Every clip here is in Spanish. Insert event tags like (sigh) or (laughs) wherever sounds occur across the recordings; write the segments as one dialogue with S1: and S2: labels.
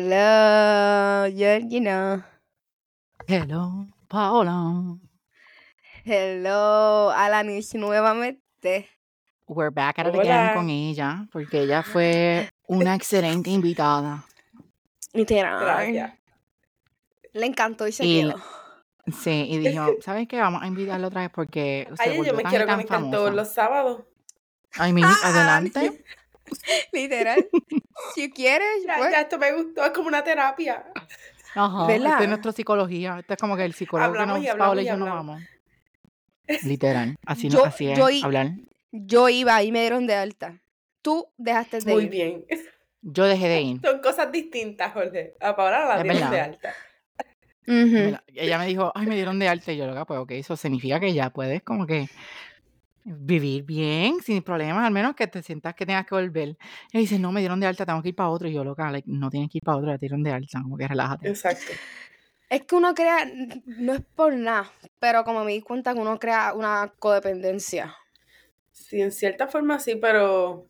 S1: Hello, Georgina.
S2: Hello, Paola.
S1: Hello, Alanish nuevamente.
S2: We're back at it again
S3: Hola.
S2: con ella, porque ella fue una excelente invitada.
S1: Literal.
S3: Gracias.
S2: pues
S1: Le encantó y se
S2: Y-
S1: quedó.
S2: Sí, y dijo,
S3: (laughs)
S2: ¿sabes qué? Vamos a invitarla otra vez porque se
S3: Ay, yo
S2: volvió
S3: me
S2: tan y
S3: quiero
S2: tan
S3: conectar todos
S2: famosa".
S3: los sábados.
S2: Ay,
S3: (laughs)
S2: mi, adelante.
S1: (laughs) Literal. si quieres,
S3: Ya,
S1: pues,
S3: ya, esto me gustó, es como una terapia.
S2: Ajá,
S1: ¿Verdad?
S2: esto es nuestra psicología. Esto es como que el psicólogo que
S3: Hablamos
S2: nos,
S3: y hablamos
S2: Paola y
S3: y
S2: yo nos
S3: hablamos.
S2: vamos. Literal, así, no,
S1: Yo-
S2: así es,
S1: yo y-
S2: hablar.
S1: yo iba y me dieron de alta. Tú dejaste de
S3: Muy
S1: ir.
S3: bien. (laughs)
S2: Yo dejé de ir.
S3: Son cosas distintas, Jorge. A Paola la
S2: Es
S3: dieron de
S2: verdad.
S3: alta.
S1: Ujú.
S2: Mira, Ella me dijo, ay, me dieron de arte. Y yo, loca, pues, ok, eso significa que ya puedes como que vivir bien, sin problemas, al menos que te sientas que tengas que volver. Y dice, no, me dieron de alta, tengo que ir para otro. Y yo, loca, like, no tienes que ir para otro, te dieron de alta, como que relájate.
S3: Exacto.
S1: Es que uno crea, n- no es por nada, pero como me di cuenta que uno crea una codependencia.
S3: Sí, en cierta forma sí, pero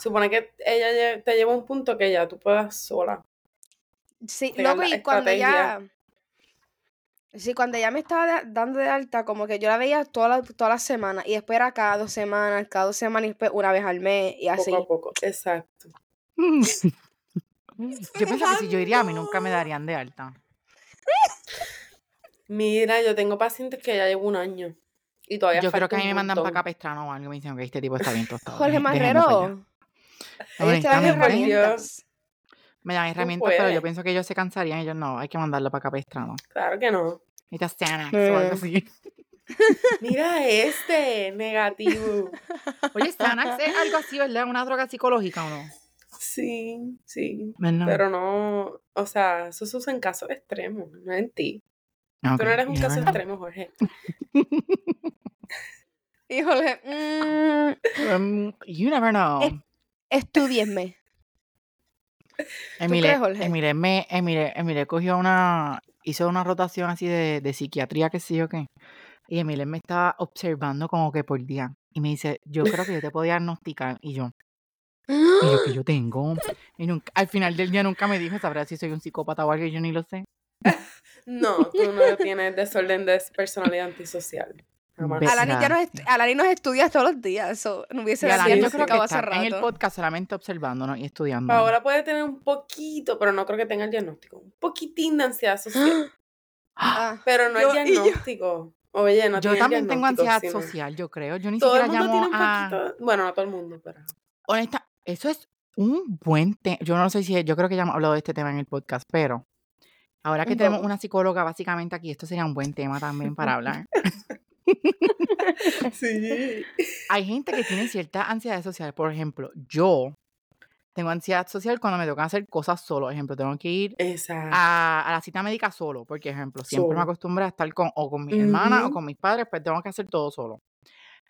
S3: supone que ella lle- te lleva a un punto que ya tú puedas sola.
S1: Sí,
S3: Crear
S1: loco,
S3: la
S1: y cuando ya.
S3: estrategia.
S1: Sí, cuando ya me estaba da- dando de alta, como que yo la veía todas las todas las semanas. Y después era cada dos semanas, cada dos semanas, y después una vez al mes,
S2: Ah,
S1: y así.
S3: Poco a poco. Exacto.
S2: (laughs) yo pensaba que si yo iría, a mí nunca me darían de alta.
S3: Mira, yo tengo pacientes que ya llevo un año. Y todavía
S2: Yo creo que
S3: falta
S2: a mí
S3: un
S2: me mandan para
S3: montón.
S2: acá Pestrano o algo. Me dicen, ok, este tipo está bien tostado.
S1: Jorge
S2: deje- dejémoslo para
S1: Marrero.
S2: allá".
S1: Ellos te dan
S2: Honestamente,
S1: herramientas.
S2: pues, Me dan herramientas, pero yo
S3: puedes.
S2: pienso que ellos se cansarían. Ellos no, hay que mandarlo para acá Pestrano.
S3: Claro que no.
S2: Necesitas Xanax o algo
S1: Mm.
S2: así.
S3: Mira este, negativo. (laughs)
S2: Oye, Xanax es algo así, ¿verdad? Una droga psicológica o no.
S3: Sí, sí.
S2: ¿Verdad?
S3: Pero no, o sea, eso se usa en casos extremos, no en ti.
S2: Ah,
S3: Tú
S2: ok,
S3: no eres un
S2: ya,
S3: caso
S2: ¿verdad?
S3: extremo, Jorge.
S1: Híjole, mm,
S2: Um, you never know.
S1: Es- estudienme.
S2: Emile,
S1: crees, Jorge?
S2: Emile, me, Emile, Emile cogió una, hizo una rotación así de, de psiquiatría, que sí o qué. Y Emile me estaba observando como que por día. Y me dice, yo creo que yo te puedo diagnosticar. Y yo, y yo que yo tengo. Y nunca, al final del día nunca me dijo, sabrá si soy un psicópata o algo, yo ni lo sé.
S3: No, tú no tienes desorden de personalidad antisocial. Jamás.
S2: Ve-
S1: Alani, ya nos, est-
S2: Exacto.
S1: Alani nos estudia todos los días. Eso no
S2: Y
S1: hubiese
S3: la
S2: Alani,
S3: había
S2: yo creo que
S1: diagnosticado hace
S2: está en el
S1: rato.
S2: podcast solamente observándonos y estudiando.
S3: Ahora puede tener un poquito, pero no creo que tenga el diagnóstico. Un poquitín de ansiedad (gasps) social,
S1: Ah,
S3: pero no
S1: Yo-
S3: el
S1: y yo-
S3: diagnóstico. Oye,
S2: yo
S3: no tiene el
S2: también tengo
S3: diagnóstico,
S2: ansiedad
S3: sino-
S2: social, yo creo. Yo ni
S3: Todo el
S2: siquiera
S3: mundo
S2: llamo
S3: tiene un
S2: a...
S3: poquito. Bueno, no todo el mundo, pero.
S2: Honesta, eso es un buen tema. Yo no sé si, es- yo creo que ya hemos hablado de este tema en el podcast, pero ahora que
S1: Un
S2: tenemos
S1: poco.
S2: una psicóloga básicamente aquí, esto sería un buen tema también para
S3: (laughs)
S2: hablar.
S3: (laughs) Sí.
S2: Hay gente que tiene cierta ansiedad social. Por ejemplo, yo tengo ansiedad social cuando me toca hacer cosas solo. Por ejemplo, tengo que ir
S3: (laughs) Exacto.
S2: a, a la cita médica solo. Por ejemplo, siempre me
S3: Solo.
S2: acostumbro a estar con, o con mi hermana o
S3: Ujú.
S2: con mis padres, pues tengo que hacer todo solo.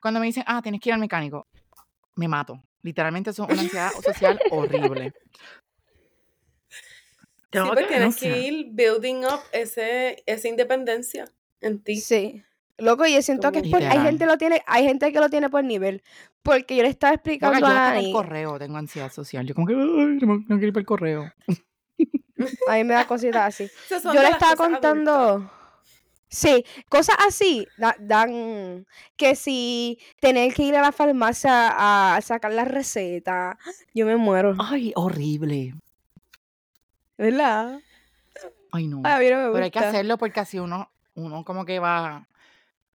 S2: Cuando me dicen, ah, tienes que ir al mecánico, me mato. Literalmente eso es una ansiedad
S3: (laughs)
S2: social horrible.
S3: Sí,
S2: Tengo
S3: pues
S2: que-
S3: tienes
S2: Ah, no
S3: que
S2: sé.
S3: ir building up ese, esa independencia en ti.
S1: sí. Loco, yo siento que es por, hay
S2: Literal.
S1: gente lo tiene, hay gente que lo tiene por nivel. Porque yo le estaba
S2: Loca,
S1: explicando
S2: yo
S1: a
S2: hasta para
S1: Alani.
S2: el correo tengo ansiedad social. Yo como que, ay, no, me- no quiero ir para el correo.
S1: A mí me da cositas (laughs) así.
S3: Esas son
S1: Yo
S3: de
S1: le
S3: las
S1: estaba
S3: cosas
S1: contando.
S3: adultas.
S1: Sí, cosas así da- dan que si tener que ir a la farmacia a, sacar la receta, yo me muero,
S2: Ay, horrible.
S1: ¿verdad?
S2: Ay, no.
S1: Ay, a mí no me
S2: Pero hay que
S1: gusta.
S2: hacerlo porque así uno, uno como que va,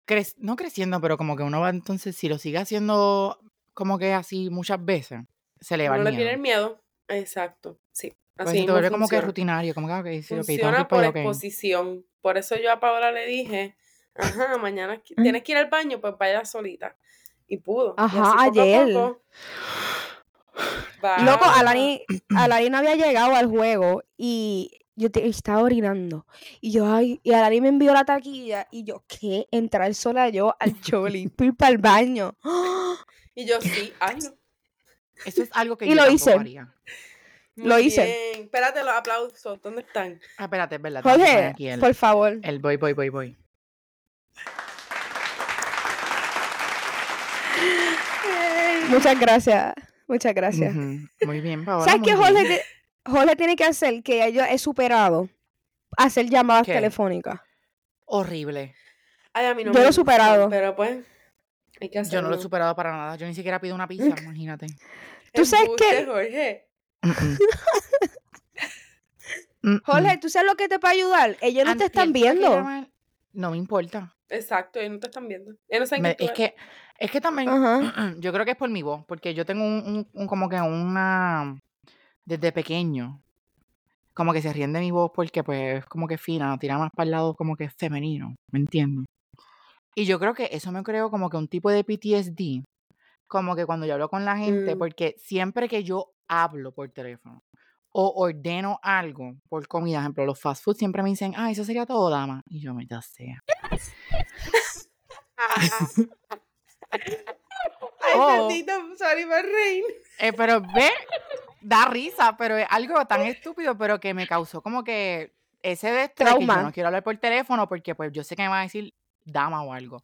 S2: cre- no creciendo, pero como que uno va entonces, si lo sigue haciendo como que así muchas veces, se le va
S3: No
S2: el
S3: le tiene el
S2: miedo.
S3: miedo. Exacto. Sí.
S2: Pues
S3: Así
S2: se te
S3: mismo
S2: vuelve como que
S3: funciona.
S2: rutinario, como que, "Ah, ok, sí, ok, tengo que ir
S3: Funciona
S2: para
S3: por
S2: allá, ok.
S3: exposición. Por eso yo a Paola le dije, ajá, mañana qui-
S2: Mm.
S3: tienes que ir al baño, pues vaya solita. Y pudo. Y
S1: Ajá,
S3: así poco a
S1: ayer.
S3: poco va-
S1: Loco, Alani, Alani no había llegado al juego y yo te- estaba orinando. Y yo, ay, y Alani me envió la taquilla y yo, ¿qué? Entrar sola yo (laughs) al choli, ir para el baño.
S3: Y yo sí, hazlo.
S2: Eso es algo
S1: (laughs)
S2: que
S1: Y
S2: yo
S1: lo
S2: tampoco
S1: hice.
S2: haría.
S3: Muy
S1: Lo hice.
S3: bien. Espérate los aplausos. ¿Dónde están?
S2: Ah, espérate, es verdad. tengo que poner
S1: Jorge,
S2: aquí el,
S1: por favor.
S2: el voy, voy, voy, voy.
S1: Muchas gracias, muchas gracias.
S2: Ujú. Muy bien, Paola.
S1: ¿Sabes
S2: muy
S1: qué,
S2: bien.
S1: Jorge? Te- Jorge tiene que hacer que yo he superado hacer llamadas
S2: ¿Qué? Mm.
S1: telefónicas.
S2: Horrible.
S3: Ay, a mí no
S1: Yo
S3: me
S1: lo he
S3: gusta,
S1: superado.
S3: Pero pues, hay que
S2: Yo
S3: hacerlo.
S2: no lo he superado para nada. Yo ni siquiera pido
S1: (laughs)
S2: una pizza, imagínate. Mm,
S1: Tú sabes
S3: Embuste,
S1: que-
S3: Jorge.
S1: Jorge, ¿tú sabes lo que te puede ayudar? Ellos no te
S2: Antes
S1: están
S2: pienso Ah, que
S1: viendo.
S2: llamar- No me importa.
S3: Exacto, ellos no te están viendo. Ellos no saben
S2: Me-
S3: que tú
S2: es, que, es que también
S1: Ajá.
S2: (clears throat) Yo creo que es por mi voz, porque yo tengo un, un- un- como que una desde pequeño. Como que se ríen de mi voz porque pues es como que fina, tira más para el lado como que femenino, ¿me entiendo? Y yo creo que eso me creo como que un tipo de PTSD, como que cuando yo hablo con la gente,
S3: Mm.
S2: porque siempre que yo hablo por teléfono o ordeno algo por comida, ejemplo, los fast food siempre me dicen, ah, eso sería todo, dama. Y yo, me sea.
S3: Ay,
S2: Oh.
S3: bendito, sorry for rain.
S2: Eh, pero ve, da risa, pero es algo tan estúpido, pero que me causó como que ese de esto de que yo
S1: Trauma.
S2: no quiero hablar por teléfono porque pues yo sé que me va a decir dama o algo.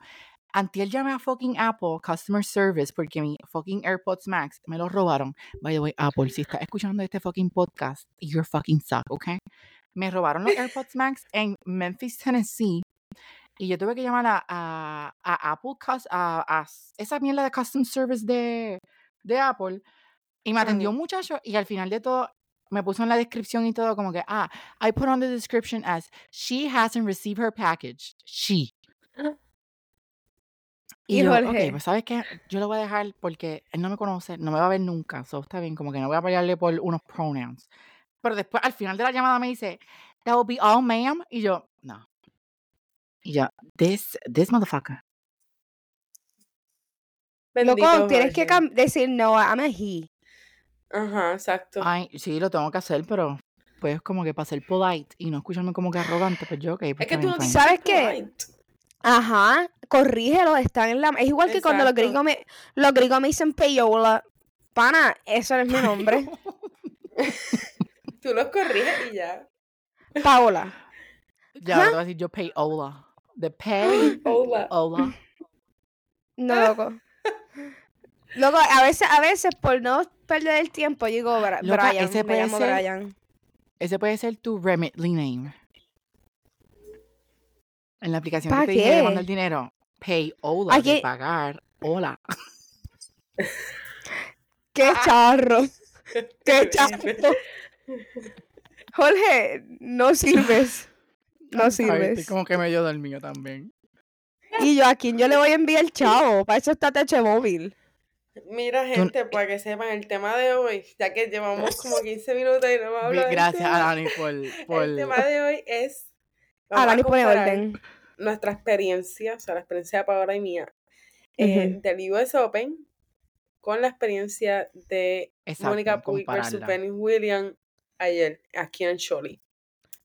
S2: Antiel llamé a fucking Apple Customer Service porque mi fucking AirPods Max me los robaron. By the way, Apple, si estás escuchando este fucking podcast, you're fucking suck, ¿ok? Me robaron los AirPods Max en Memphis, Tennessee. Y yo tuve que llamar a, a, a Apple, Cus- a, a s- esa mierda de Custom Service de, de Apple. Y me atendió un muchacho y al final de todo me puso en la descripción y todo como que, ah, I put on the description as she hasn't received her package. She.
S3: Ah.
S2: Y
S1: Y
S2: yo, ok,
S1: Jorge.
S2: pues sabes qué, yo lo voy a dejar porque él no me conoce, no me va a ver nunca, so está bien, como que no voy a pelearle por unos pronouns. Pero después, al final de la llamada me dice, that will be all, ma'am, y yo, no. Y yo, this, this motherfucker.
S1: Loco,
S3: Bendito,
S1: tienes que
S3: Jorge.
S1: cam- decir, no, I'm a he.
S3: Ajá, exacto.
S2: Ay, sí, lo tengo que hacer, pero pues como que para ser polite y no escucharme como que arrogante, pues yo, ok, pues
S3: Es que
S2: está
S3: tú
S2: bien,
S3: no te
S2: fine.
S1: sabes- ¿Sabes qué?
S3: polite.
S1: Ajá, corrígelo, están en la... Es igual que cuando los
S3: Exacto.
S1: gringos me, los gringos me dicen payola. Pana, eso no es mi nombre.
S3: Tú los corriges y ya.
S1: Paola.
S2: Ya,
S3: ¿Ah?
S2: ahora te voy a decir yo payola.
S3: (gasps)
S2: The pay
S3: Hola.
S2: hola.
S1: No,
S2: Ah.
S1: loco. Loco, a veces, a veces, por no perder el tiempo, yo digo Bra-
S2: Loca,
S1: Brian,
S2: ese
S1: me
S2: puede
S1: llamo
S2: ser-
S1: Brian.
S2: Ese puede ser tu Remitly name. En la aplicación
S1: ¿Pa
S2: que te dije de
S1: qué?
S2: mandar dinero. Payola,
S1: Ay,
S2: de
S1: qué-
S2: pagar. Hola.
S1: (laughs) ¡Qué
S3: Ah. (laughs)
S1: charro! ¡Qué
S3: Horrible.
S1: charro! Jorge, no sirves. No
S2: (laughs)
S1: sirves.
S2: que medio dormido también.
S1: Y yo, ¿a quién yo le voy a enviar el chavo? Para eso está Teche Móvil.
S3: Mira, gente, para que sepan el tema de hoy, ya que llevamos como
S1: (laughs)
S3: 15 minutos y
S1: este
S3: no hemos hablado. del
S2: Gracias
S3: tema.
S2: a Dani por... por...
S3: El tema de hoy es. vamos
S1: A Dani pone
S3: comparar
S1: orden.
S3: Nuestra experiencia, o sea, la experiencia de Paola y mía, eh,
S1: Ujú.
S3: del US Open con la experiencia de
S2: Exacto,
S3: Mónica Puig versus
S2: compararla.
S3: Penny Williams ayer, aquí en Choli.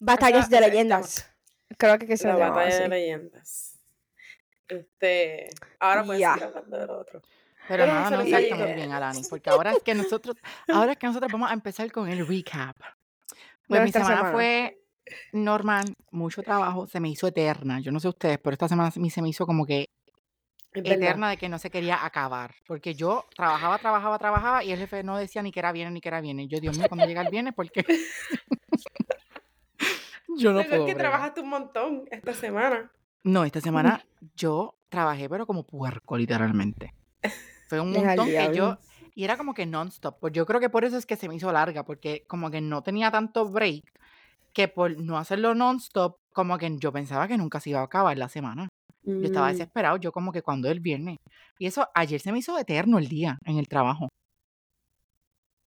S1: Batallas
S3: Esa-
S1: de
S3: esa-
S1: leyendas. Creo que, que se
S3: la
S1: llamaba
S3: batalla de
S1: así.
S3: leyendas. Este, ahora puedes
S1: Ya.
S3: seguir hablando del otro.
S2: Pero
S3: Pero
S2: nada,
S3: eso
S2: no
S3: no
S2: salta
S3: llega.
S2: muy bien a Dani, porque ahora es que nosotros, ahora es que nosotros vamos a empezar con el recap. Pues mi
S1: Nuestra
S2: semana,
S1: semana.
S2: fue normal, mucho trabajo, se me hizo eterna. Yo no sé ustedes, pero esta semana se me- se me hizo como que
S3: Es verdad.
S2: eterna de que no se quería acabar, porque yo trabajaba, trabajaba, trabajaba y el jefe no decía ni que era viernes ni que era viernes. Yo, Dios mío, cuando llega el viernes, porque (laughs) yo no
S3: Lo que es
S2: puedo.
S3: que
S2: bregar.
S3: trabajaste un montón esta semana.
S2: No, esta semana yo trabajé, pero como puerco, literalmente. Fue un
S1: Es al
S2: montón que yo.
S1: diablo.
S2: Y era como que non-stop. Pues yo creo que por eso es que se me hizo larga, porque como que no tenía tanto break, que por no hacerlo non-stop, como que yo pensaba que nunca se iba a acabar la semana. Yo
S1: Mm.
S2: estaba
S3: Mm,
S2: desesperado, yo como que cuando el viernes. Y eso ayer se me hizo eterno el día en el trabajo.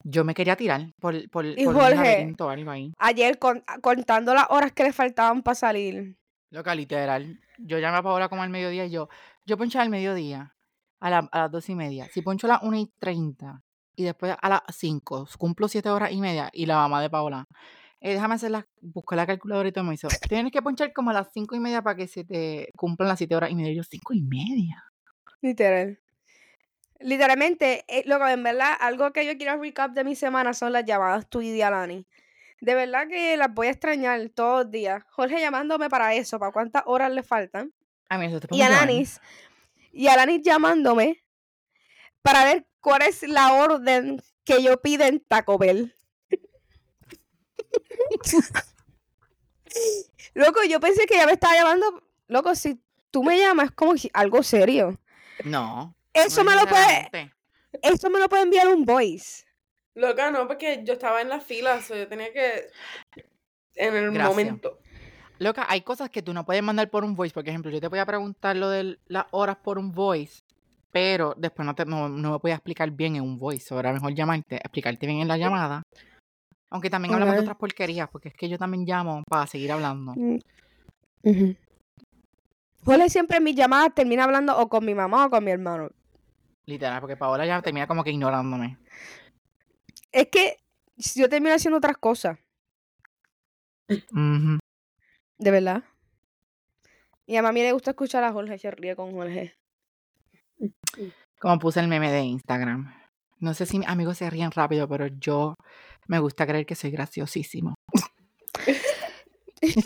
S2: Yo me quería tirar por, por,
S1: Y
S2: por un
S1: Jorge.
S2: laberinto o algo ahí.
S1: Ayer con- contando las horas que le faltaban para salir.
S2: Loca, literal. Yo llamé a Paola como al mediodía y yo, yo ponchaba al mediodía, a, la- a las dos y media. Si poncho a las una y treinta y después a las cinco, cumplo siete horas y media y la mamá de Paola, eh, déjame hacer la, buscar la calculadora y todo me hizo, tienes que ponchar como a las cinco y media para que se te cumplan las siete horas y media. Y yo, cinco y media.
S1: Literal. Literalmente, eh, loco, en verdad, algo que yo quiero recap de mi semana son las llamadas tú y de Alani. De verdad que las voy a extrañar todos los días. Jorge llamándome para eso, para cuántas horas le faltan.
S2: A mí eso te
S1: Y Alanis. Y Alanis llamándome para ver cuál es la orden que yo pido en Taco Bell. Loco, yo pensé que ella me estaba llamando. Loco, si tú me llamas es como si- algo serio.
S2: No.
S1: Eso
S2: no
S1: me lo puede,
S2: necesariamente.
S1: eso me lo puede enviar un voice.
S3: Loca, no, porque yo estaba en la fila, so yo tenía que. En el
S2: Gracias.
S3: momento.
S2: Loca, hay cosas que tú no puedes mandar por un voice. Por ejemplo, yo te voy a preguntar lo de las horas por un voice, pero después no, te, no, no me voy a explicar bien en un voice. Ahora mejor llamarte, explicarte bien en la llamada. Aunque también hablamos de
S1: Ok.
S2: otras porquerías, porque es que yo también llamo para seguir hablando.
S1: Mm, ujú. Jole siempre en mis llamadas termina hablando o con mi mamá o con mi hermano.
S2: Literal, porque Paola ya termina como que ignorándome.
S1: Es que yo termino haciendo otras cosas,
S2: Ujú.
S1: de verdad. Y a mami le gusta escuchar a Jorge, se ríe con (laughs) Jorge.
S2: Como puse el meme de Instagram. No sé si mis amigos se ríen rápido, pero yo me gusta creer que soy graciosísimo.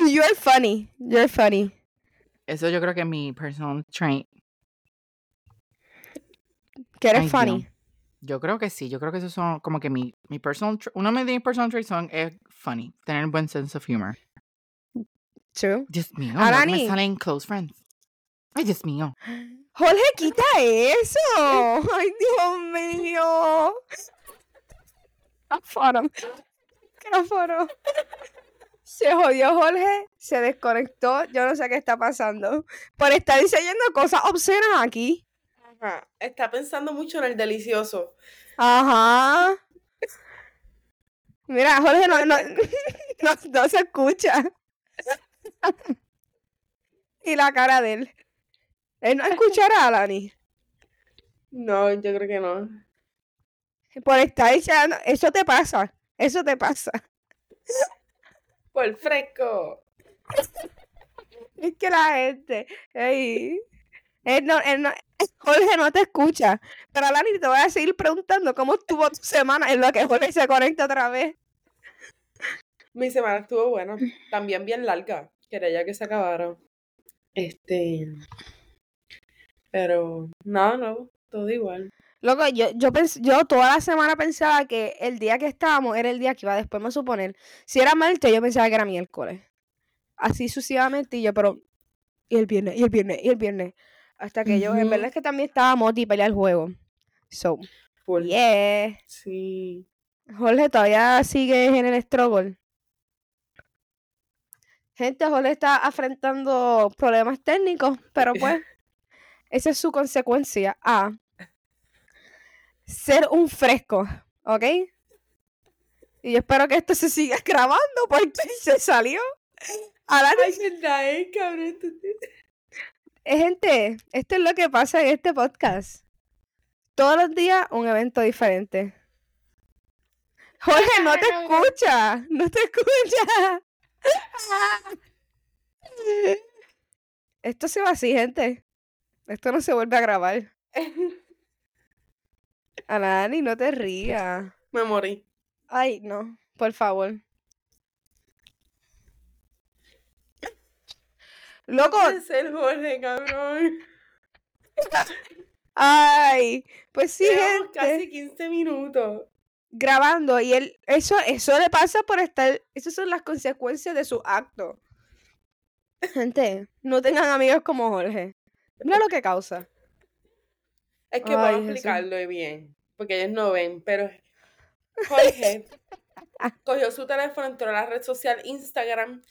S1: you are funny, you are funny.
S2: Eso yo creo que es mi personal trait.
S1: Que eres
S2: Ay, Dios.
S1: funny.
S2: Yo creo que sí, yo creo que esos son como que mi, mi personal, tra- uno de mis personal traits son es funny, tener buen sense of humor.
S1: True.
S2: Dios mío, no me
S1: Arani.
S2: salen close friends. Ay, Dios (laughs) mío.
S1: Jorge, quita eso. Ay, Dios mío. Aforo. Micrófono. Se jodió Jorge, se desconectó. Yo no sé qué está pasando. Por estar diciendo cosas obscenas aquí.
S3: Ajá. Está pensando mucho en el delicioso.
S1: Ajá. Mira, Jorge no, (laughs) no, no, no se escucha. y la cara de él. Él no escuchará a Lani.
S3: No, yo creo que no.
S1: Por estar echando. Eso te pasa. Eso te pasa. (laughs)
S3: Por fresco.
S1: Es que la gente. ey, él no- él no- Jorge no te escucha. Pero Alani, te voy a seguir preguntando cómo estuvo tu semana en lo que Jorge se conecta otra vez.
S3: Mi semana estuvo buena. También bien larga. Quería ya que se acabara. Este. Pero. Nada, no. Todo igual.
S1: Loco, yo, yo, pens- yo toda la semana pensaba que el día que estábamos era el día que iba después, me suponer. Si era martes, yo pensaba que era miércoles. Así sucesivamente, y yo, pero. Y el viernes, y el viernes, y el viernes. Hasta que yo, en
S3: Ujú.
S1: verdad es que también estaba moti para el juego. So,
S3: Por...
S1: yeah.
S3: Sí.
S1: Jorge todavía sigue en el struggle. Gente, Jorge está afrontando problemas técnicos, pero pues esa es su consecuencia a ser un fresco, ¿ok? Y yo espero que esto se siga (laughs) grabando porque se salió. Ahora,
S3: Ay, verdad, eh, cabrón. tú te- (laughs)
S1: eh, gente, esto es lo que pasa en este podcast. Todos los días un evento diferente. Jorge, no te escucha, no te escucha. Esto se va así, gente. Esto no se vuelve a grabar. Alani, no te rías.
S3: Me morí.
S1: Ay, no, por favor. Loco,
S3: Puede ser Jorge, cabrón.
S1: ay, pues sí,
S3: Llevamos
S1: gente.
S3: casi 15 minutos.
S1: Grabando y él, eso, eso le pasa por estar, esas son las consecuencias de su acto. (laughs) Gente, no tengan amigos como Jorge. Mira lo que causa.
S3: Es que vamos
S1: Ay,
S3: a
S1: Jesús.
S3: explicarlo bien, porque ellos no ven, pero
S2: (laughs)
S3: Jorge cogió su teléfono, entró a la red social Instagram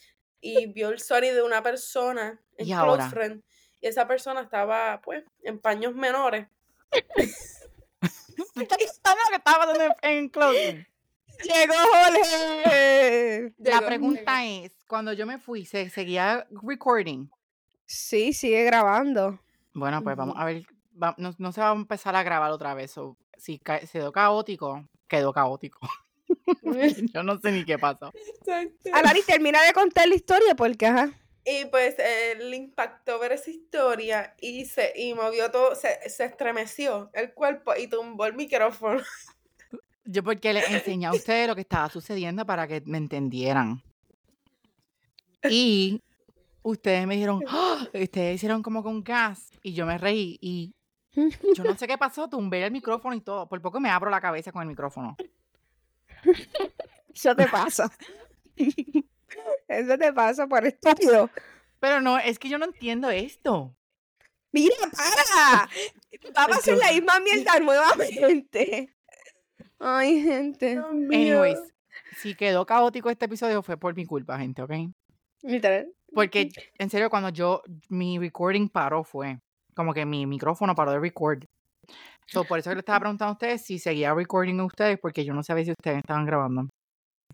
S3: y vio el story de una persona en
S2: ¿Y
S3: Close
S2: ahora?
S3: Friend. Y esa persona estaba, pues, en paños menores.
S1: Llegó Jorge.
S2: La
S3: Llegó, (laughs)
S2: pregunta es, cuando yo me fui, ¿se seguía recording?
S1: Sí, sigue grabando.
S2: Bueno, pues vamos
S3: Ujú.
S2: a ver, va- no, no se va a empezar a grabar otra vez. o si ca- se quedó caótico, quedó caótico. (laughs) yo no sé ni qué pasó.
S3: Exacto.
S1: Alani, Ah, termina de contar la historia porque, ajá.
S3: Y pues él le impactó ver esa historia y se y movió todo, se, se estremeció el cuerpo y tumbó
S2: (laughs)
S3: el micrófono.
S2: Yo porque les enseñé a ustedes lo que estaba sucediendo para que me entendieran. Y ustedes me dijeron, "Ah", ustedes hicieron como con gas y yo me reí y yo no sé qué pasó, tumbé el micrófono y todo. Por poco me abro la cabeza con el micrófono.
S1: Eso te pasa. (laughs) Eso te pasa por estúpido.
S2: Pero no, es que yo no entiendo esto.
S1: ¡Mira, para! Va a pasar la misma mierda nuevamente. Ay, gente.
S3: Dios mío.
S2: Anyways, si quedó caótico este episodio fue por mi culpa, gente, ¿ok?
S1: Literal.
S2: Porque, en serio, cuando yo, mi recording paró fue, como que mi micrófono paró de record. So, por eso que le estaba preguntando a ustedes si seguía recording a ustedes, porque yo no sabía si ustedes estaban grabando.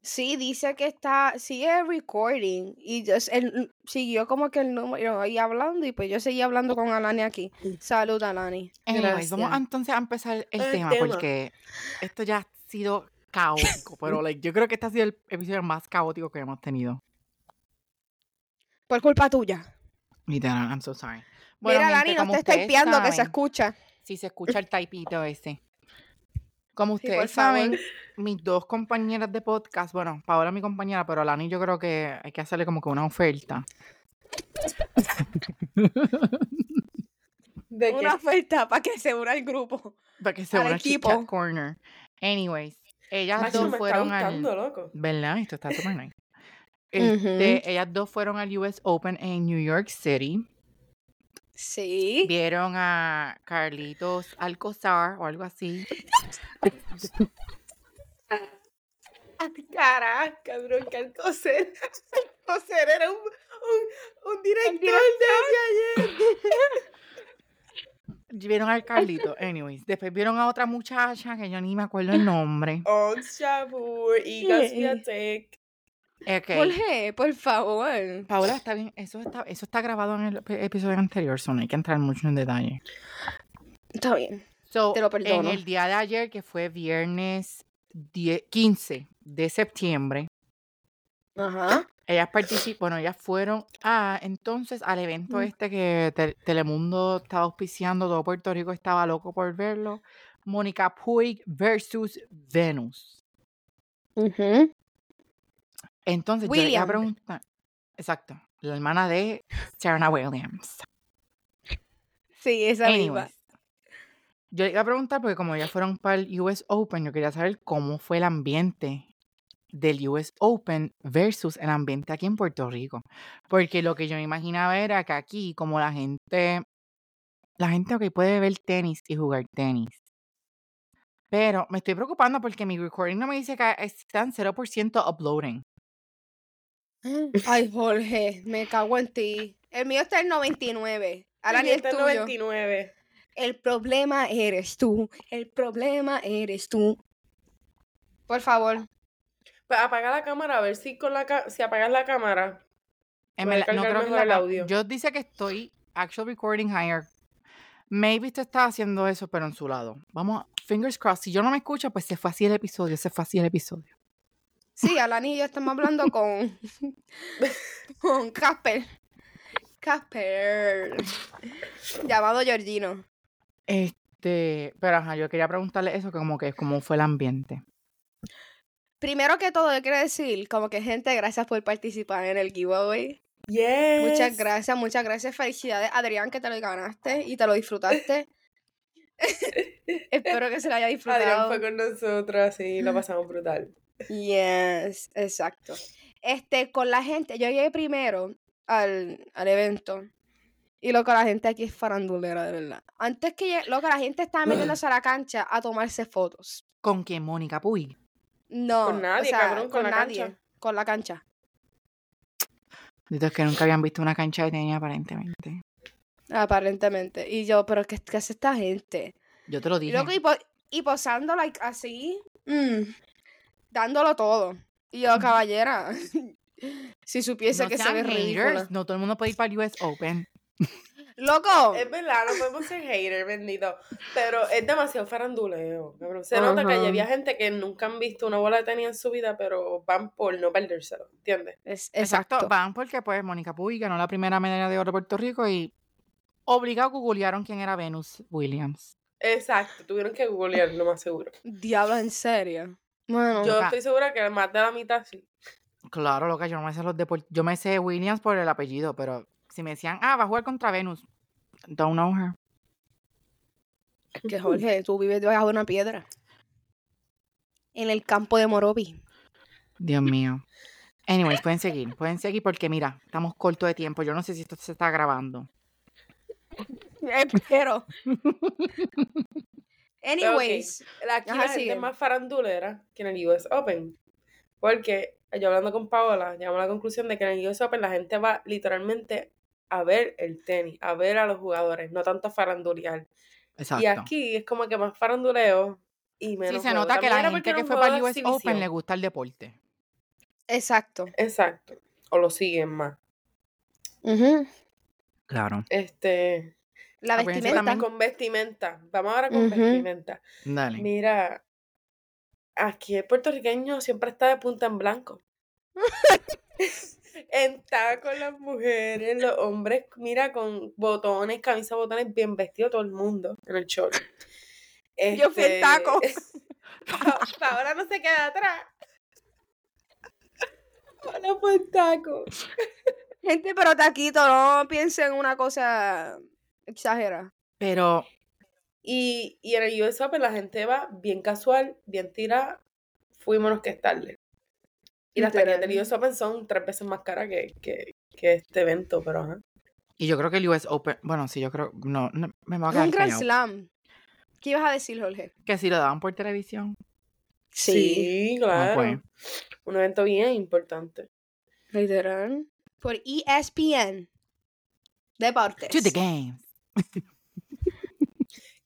S1: Sí, dice que está, sigue recording. Y yo- él siguió como que el número ahí hablando. Y pues yo seguí hablando con Alani aquí. Salud, Alani.
S2: Anyways, vamos a-
S3: Gracias.
S2: entonces a empezar el
S3: El
S2: tema,
S3: tema.
S2: porque esto ya ha
S1: (laughs)
S2: sido caótico, pero like, yo creo que este ha sido el episodio más caótico que hemos tenido.
S1: Por culpa tuya.
S2: Literal, I'm so sorry.
S1: Mira,
S2: gente,
S1: Alani, no
S2: como
S1: te estés
S2: ustedes
S1: piando que se
S2: saben-
S1: escucha.
S2: si se escucha el taipito ese. Como
S1: Sí,
S2: ustedes
S1: por favor.
S2: saben, mis dos compañeras de podcast, bueno, Paola mi compañera, pero Lani yo creo que hay que hacerle como que una oferta.
S3: ¿De qué?
S1: (laughs) Una oferta para que se una el grupo.
S2: Para que se
S1: Al
S2: una al Kit
S1: equipo.
S2: Kat Corner. Anyways, ellas
S3: Macho,
S2: dos
S3: me está
S2: fueron al...
S3: gustando, loco.
S2: ¿Verdad? Esto está súper nice.
S1: Ujú.
S2: Este, Ellas dos fueron al US Open en New York City.
S1: Sí.
S2: Vieron a Carlitos Alcozar o algo así.
S3: ¡Ah, Caraca, cabrón, que (laughs) Alcocer. Alcocer era un, un, un director de ayer.
S2: Vieron
S1: (laughs)
S2: al Carlito, anyways. Después vieron a otra muchacha que yo ni me acuerdo el nombre.
S3: On Shabur y Gaspiatek.
S2: Ok.
S1: Jorge, por favor.
S2: Paola, está bien, eso está, eso está grabado en el ep- episodio anterior, so no hay que entrar mucho en detalle.
S1: Está bien.
S2: So,
S1: Te lo
S2: en
S1: perdono.
S2: el día de ayer, que fue viernes 10 15 de septiembre,
S1: Ajá.
S2: ellas participaron, bueno, ellas fueron a, entonces al evento
S1: Mm.
S2: este que Tel- Telemundo estaba auspiciando, todo Puerto Rico estaba loco por verlo, Mónica Puig versus Venus.
S1: Ujú.
S2: Entonces, yo le iba a
S1: Williams.
S2: preguntar- exacto, la hermana de Serena Williams.
S1: Sí, esa misma.
S2: Anyways, yo le iba a preguntar, porque como ya fueron para el US Open, yo quería saber cómo fue el ambiente del US Open versus el ambiente aquí en Puerto Rico. Porque lo que yo me imaginaba era que aquí, como la gente, la gente ok, puede ver tenis y jugar tenis. Pero me estoy preocupando porque mi recording no me dice que está en 0% uploading.
S1: Ay, Jorge, me cago en ti. El mío está en 99. Alani, el
S3: está en
S1: tuyo.
S3: 99.
S1: El problema eres tú. El problema eres tú. Por favor.
S3: Pues apaga la cámara, a ver si con la ca- si apagas la cámara.
S2: En
S3: Puede
S2: verdad, no
S3: cargar
S2: creo que
S3: mejor
S2: la
S3: el
S2: ca-
S3: audio.
S2: Yo dice que estoy actual recording higher. Maybe usted está haciendo eso, pero en su lado. Vamos, a- fingers crossed. Si yo no me escucho, pues se fue así el episodio, se fue así el episodio.
S1: (laughs) Sí, Alani y yo estamos hablando (laughs) con. con Casper. Casper. Llamado Georgino.
S2: Este, pero ajá, yo quería preguntarle eso, que como que cómo fue el ambiente.
S1: Primero que todo, yo quiero decir, como que gente, gracias por participar en el giveaway.
S3: Yes.
S1: Muchas gracias, muchas gracias. Felicidades, Adrián, que te lo ganaste y te lo (laughs) disfrutaste. Espero que se lo haya disfrutado.
S3: Adrián fue con nosotros, sí, lo pasamos brutal.
S1: Yes, exacto. Este, con la gente, yo llegué primero al, al evento. Y loco, la gente aquí es farandulera, de verdad. Antes que llegue, loco, la gente
S3: (laughs)
S1: estaba metiéndose a la cancha a tomarse fotos.
S2: ¿Con quién, Mónica Puy?
S1: No.
S3: Con nadie,
S1: o sea,
S3: cabrón, con la
S1: nadie,
S3: cancha.
S1: Con la cancha.
S2: Entonces que nunca habían visto una cancha de tenis aparentemente.
S1: Aparentemente. Y yo, pero ¿qué, qué hace esta gente?
S2: Yo te lo
S1: Y
S2: dije.
S3: (laughs)
S1: loco, y, po- y posando like, así, mm, dándolo todo. Y
S3: (laughs)
S1: yo, caballera, (laughs) si supiese
S2: no
S1: que se
S2: sean
S1: ve ridícula.
S2: haters, no todo el mundo puede ir para el US Open.
S1: Loco,
S3: Es verdad, no podemos ser hater, bendito. Pero es demasiado faranduleo, cabrón. Se nota que
S1: Ajá.
S3: allí había gente que nunca han visto una bola de tenis en su vida, pero van por no perdérselo, ¿entiendes?
S1: Es- exacto.
S2: Van porque pues Mónica Puy ganó la primera medalla de oro de Puerto Rico y obligado googlearon quién era Venus Williams.
S3: Exacto, tuvieron que googlear, lo más seguro.
S1: Diablo, en serio. Bueno,
S3: Yo
S2: Ajá.
S3: estoy segura que más de la mitad sí.
S2: Claro, loca, yo no me sé los deportes. Yo me sé Williams por el apellido, pero si me decían, ah, va a jugar contra Venus. Don't know her.
S1: es que Jorge, tú vives debajo de una (laughs) piedra. En el campo de Moropi.
S2: Dios mío. Anyways, pueden seguir, pueden seguir porque mira, estamos cortos de tiempo. Yo no sé si esto se está grabando.
S1: (laughs) Espero. Anyways,
S3: (laughs) La- Aquí
S1: Ajá,
S3: la gente
S1: sigue.
S3: es más farandulera que en el US Open. Porque yo hablando con Paola, llegamos a la conclusión de que en el US Open la gente va literalmente a ver el tenis, a ver a los jugadores, no tanto a farandulear.
S2: Exacto.
S3: Y aquí es como que más faranduleo y menos
S2: sí, se
S3: juego.
S2: nota que
S3: También
S2: la
S3: era
S2: gente que
S3: porque era
S2: fue
S3: un
S2: para el
S3: juego
S2: US
S3: de
S2: Open le
S3: exhibición.
S2: gusta el deporte.
S1: exacto.
S3: Exacto. O lo siguen más.
S1: Ujú.
S2: Claro.
S3: Este,
S1: La
S2: Acuérdense
S1: vestimenta.
S2: también
S3: con vestimenta. Vamos ahora con
S1: Ujú.
S3: vestimenta.
S2: Dale.
S3: Mira, aquí el puertorriqueño siempre está de punta
S1: (laughs)
S3: en blanco. en con las mujeres, los hombres, mira, con botones, camisa, botones, bien vestido todo el mundo en el short.
S1: Yo fui en
S3: Este,
S1: taco.
S3: (laughs) Pa- Paola no se
S1: (laughs)
S3: queda atrás. Paola fue en taco.
S1: Gente, pero taquito, no piensen en una cosa exagera.
S2: Pero
S3: Y, y en el US Open pues, la gente va bien casual, bien tirada, fuimos que es tarde. Y las taquillas del
S1: Literal.
S3: US Open pues, son tres veces más caras que, que, que este evento, pero ajá.
S2: Y yo creo que el US Open, bueno, sí, yo creo, no, no, me voy a
S1: Es
S2: quedar
S1: un gran
S2: callado.
S1: slam. ¿Qué ibas a decir, Jorge?
S2: Que si lo daban por televisión.
S3: Sí,
S2: Ah,
S3: claro.
S2: pues.
S3: Un evento bien importante.
S1: Literal. Por E ESPN. Deportes.
S2: To the games.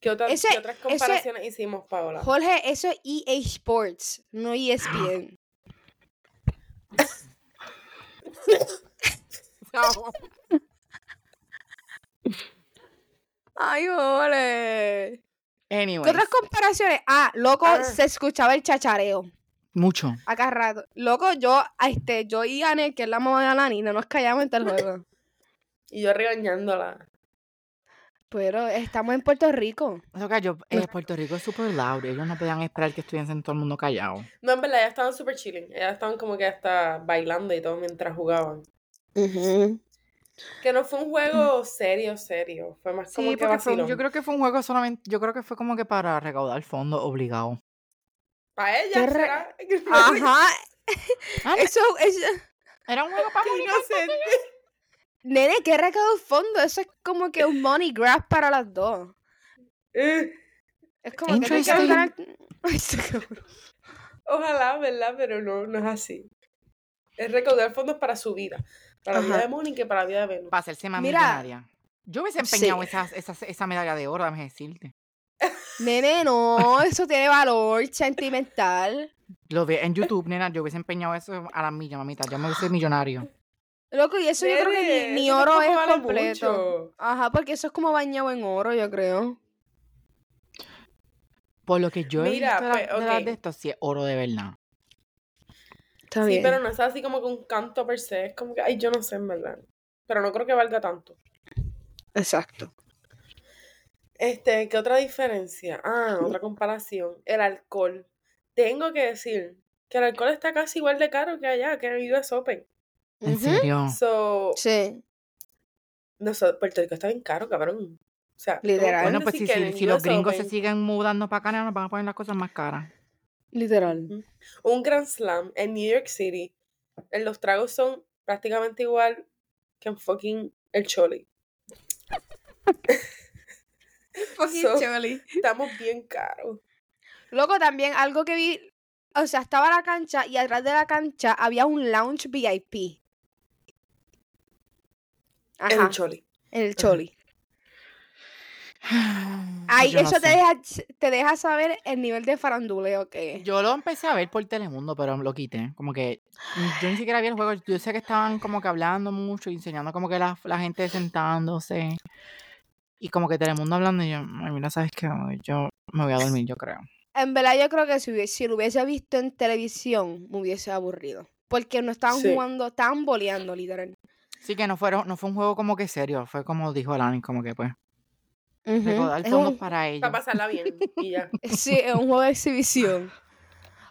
S3: ¿Qué, otra-
S1: Ese-
S3: qué otras comparaciones hicimos, Paola?
S1: Jorge, eso es EA Sports, no E ESPN. Ay, Jorge.
S2: (laughs) Anyways,
S1: ¿Qué otras comparaciones? Ah, loco,
S3: Ah.
S1: se escuchaba el chachareo.
S2: mucho.
S1: Acá rato. Loco, yo, ah, este, yo y Anel, que es la mamá de Alani, no nos callamos en
S3: (laughs)
S1: tal juego.
S3: Y yo regañándola.
S1: Pero estamos en Puerto Rico.
S2: Eso que yo, eh, Puerto Rico es super loud. Ellos no podían esperar que estuviesen todo el mundo callado.
S3: No, en verdad, ellas estaban súper chilling. Ellas estaban como que hasta bailando y todo mientras jugaban. Que no fue un juego serio, serio. Fue más como
S2: Sí,
S3: que
S2: porque fue un-
S3: vacilón.
S2: yo creo que fue un juego solamente, yo creo que fue como que para recaudar fondos obligado.
S3: Para
S1: Qué
S3: ella,
S1: re-
S3: será. (laughs)
S1: Ajá.
S2: Ah,
S1: Eso, eso.
S2: Era un juego para
S3: Qué
S2: comunicar.
S3: inocente.
S1: Nene, ¿qué recado fondo? Eso es como que un money grab para las dos.
S3: Eh,
S1: Es como que tú
S2: Interesting.
S1: quieres ganar. (laughs) Ay, se acabó.
S3: Ojalá, ¿verdad? Pero no, no es así. Es recaudar fondos para su vida. Para la vida
S1: Ajá.
S3: de Mónica y para la vida de Venus.
S2: Para hacerse más
S1: Mira.
S2: millonaria. Yo hubiese
S1: Sí.
S2: empeñado esas- esas- esa medalla de oro, déjame decirte.
S1: Nene, no, eso tiene valor sentimental.
S2: Lo vi en YouTube, nena, yo hubiese empeñado eso a la milla, mamita. Yo me hubiese millonario.
S1: Loco, y eso yo creo que
S3: Nene,
S1: ni, ni
S3: eso
S1: oro
S3: tampoco
S1: es
S3: vale
S1: completo.
S3: mucho.
S1: Ajá, porque eso es como bañado en oro, yo creo.
S2: Por lo que yo he
S3: Mira,
S2: visto de la-
S3: pues,
S2: de, las
S3: ok.
S2: de estos, sí es oro de verdad.
S1: Está
S3: Sí,
S1: bien.
S3: pero no es así como que un canto per se. Es como que, ay, yo no sé, en verdad. Pero no creo que valga tanto.
S1: Exacto.
S3: Este, ¿qué otra diferencia? Ah, otra comparación. El alcohol. Tengo que decir que el alcohol está casi igual de caro que allá, que en el US Open.
S2: En
S1: Ujú.
S2: serio.
S3: So,
S1: Sí.
S3: nosotros, Puerto Rico está bien caro, cabrón. O sea, tú me
S1: Literal.
S3: puedes
S2: Bueno, pues si,
S3: decir que en
S2: si,
S3: el
S2: si los
S3: US
S2: gringos se
S3: Open,
S2: siguen mudando para acá, nena, nos van a poner las cosas más (sighs) caras.
S1: Literal.
S3: Un Grand Slam en New York City, eh, los tragos son prácticamente igual que en fucking el Choli.
S1: Fucking
S3: So-
S1: choli.
S3: Estamos bien caros.
S1: Loco, también algo que vi. O sea, estaba la cancha y atrás de la cancha había un lounge VIP.
S3: En
S1: Ajá.
S3: el Choli.
S1: En el
S3: Ajá.
S1: Choli.
S2: Ay,
S1: Ahí,
S2: yo no
S1: eso te,
S2: sé.
S1: deja, te deja saber el nivel de faranduleo que es.
S2: Yo lo empecé a ver por Telemundo, pero lo quité. Como que mm, yo ni siquiera vi el juego. Yo sé que estaban como que hablando mucho y enseñando como que la, la gente sentándose. Y como que Telemundo hablando y yo, ay, mira, ¿sabes qué? Yo me voy a dormir, yo creo.
S1: En verdad, yo creo que si, hubie- si lo hubiese visto en televisión, me hubiese aburrido. Porque no estaban
S3: Sí.
S1: jugando, estaban boleando, literal.
S2: Sí que no, fueron, no fue un juego como que serio. Fue como dijo Alani, como que pues,
S1: Ujú,
S2: recaudar
S1: es
S2: fondos
S1: un-
S2: para ellos.
S3: Para pasarla bien.
S2: (laughs)
S3: Y ya.
S1: (laughs) Sí, es un juego de exhibición.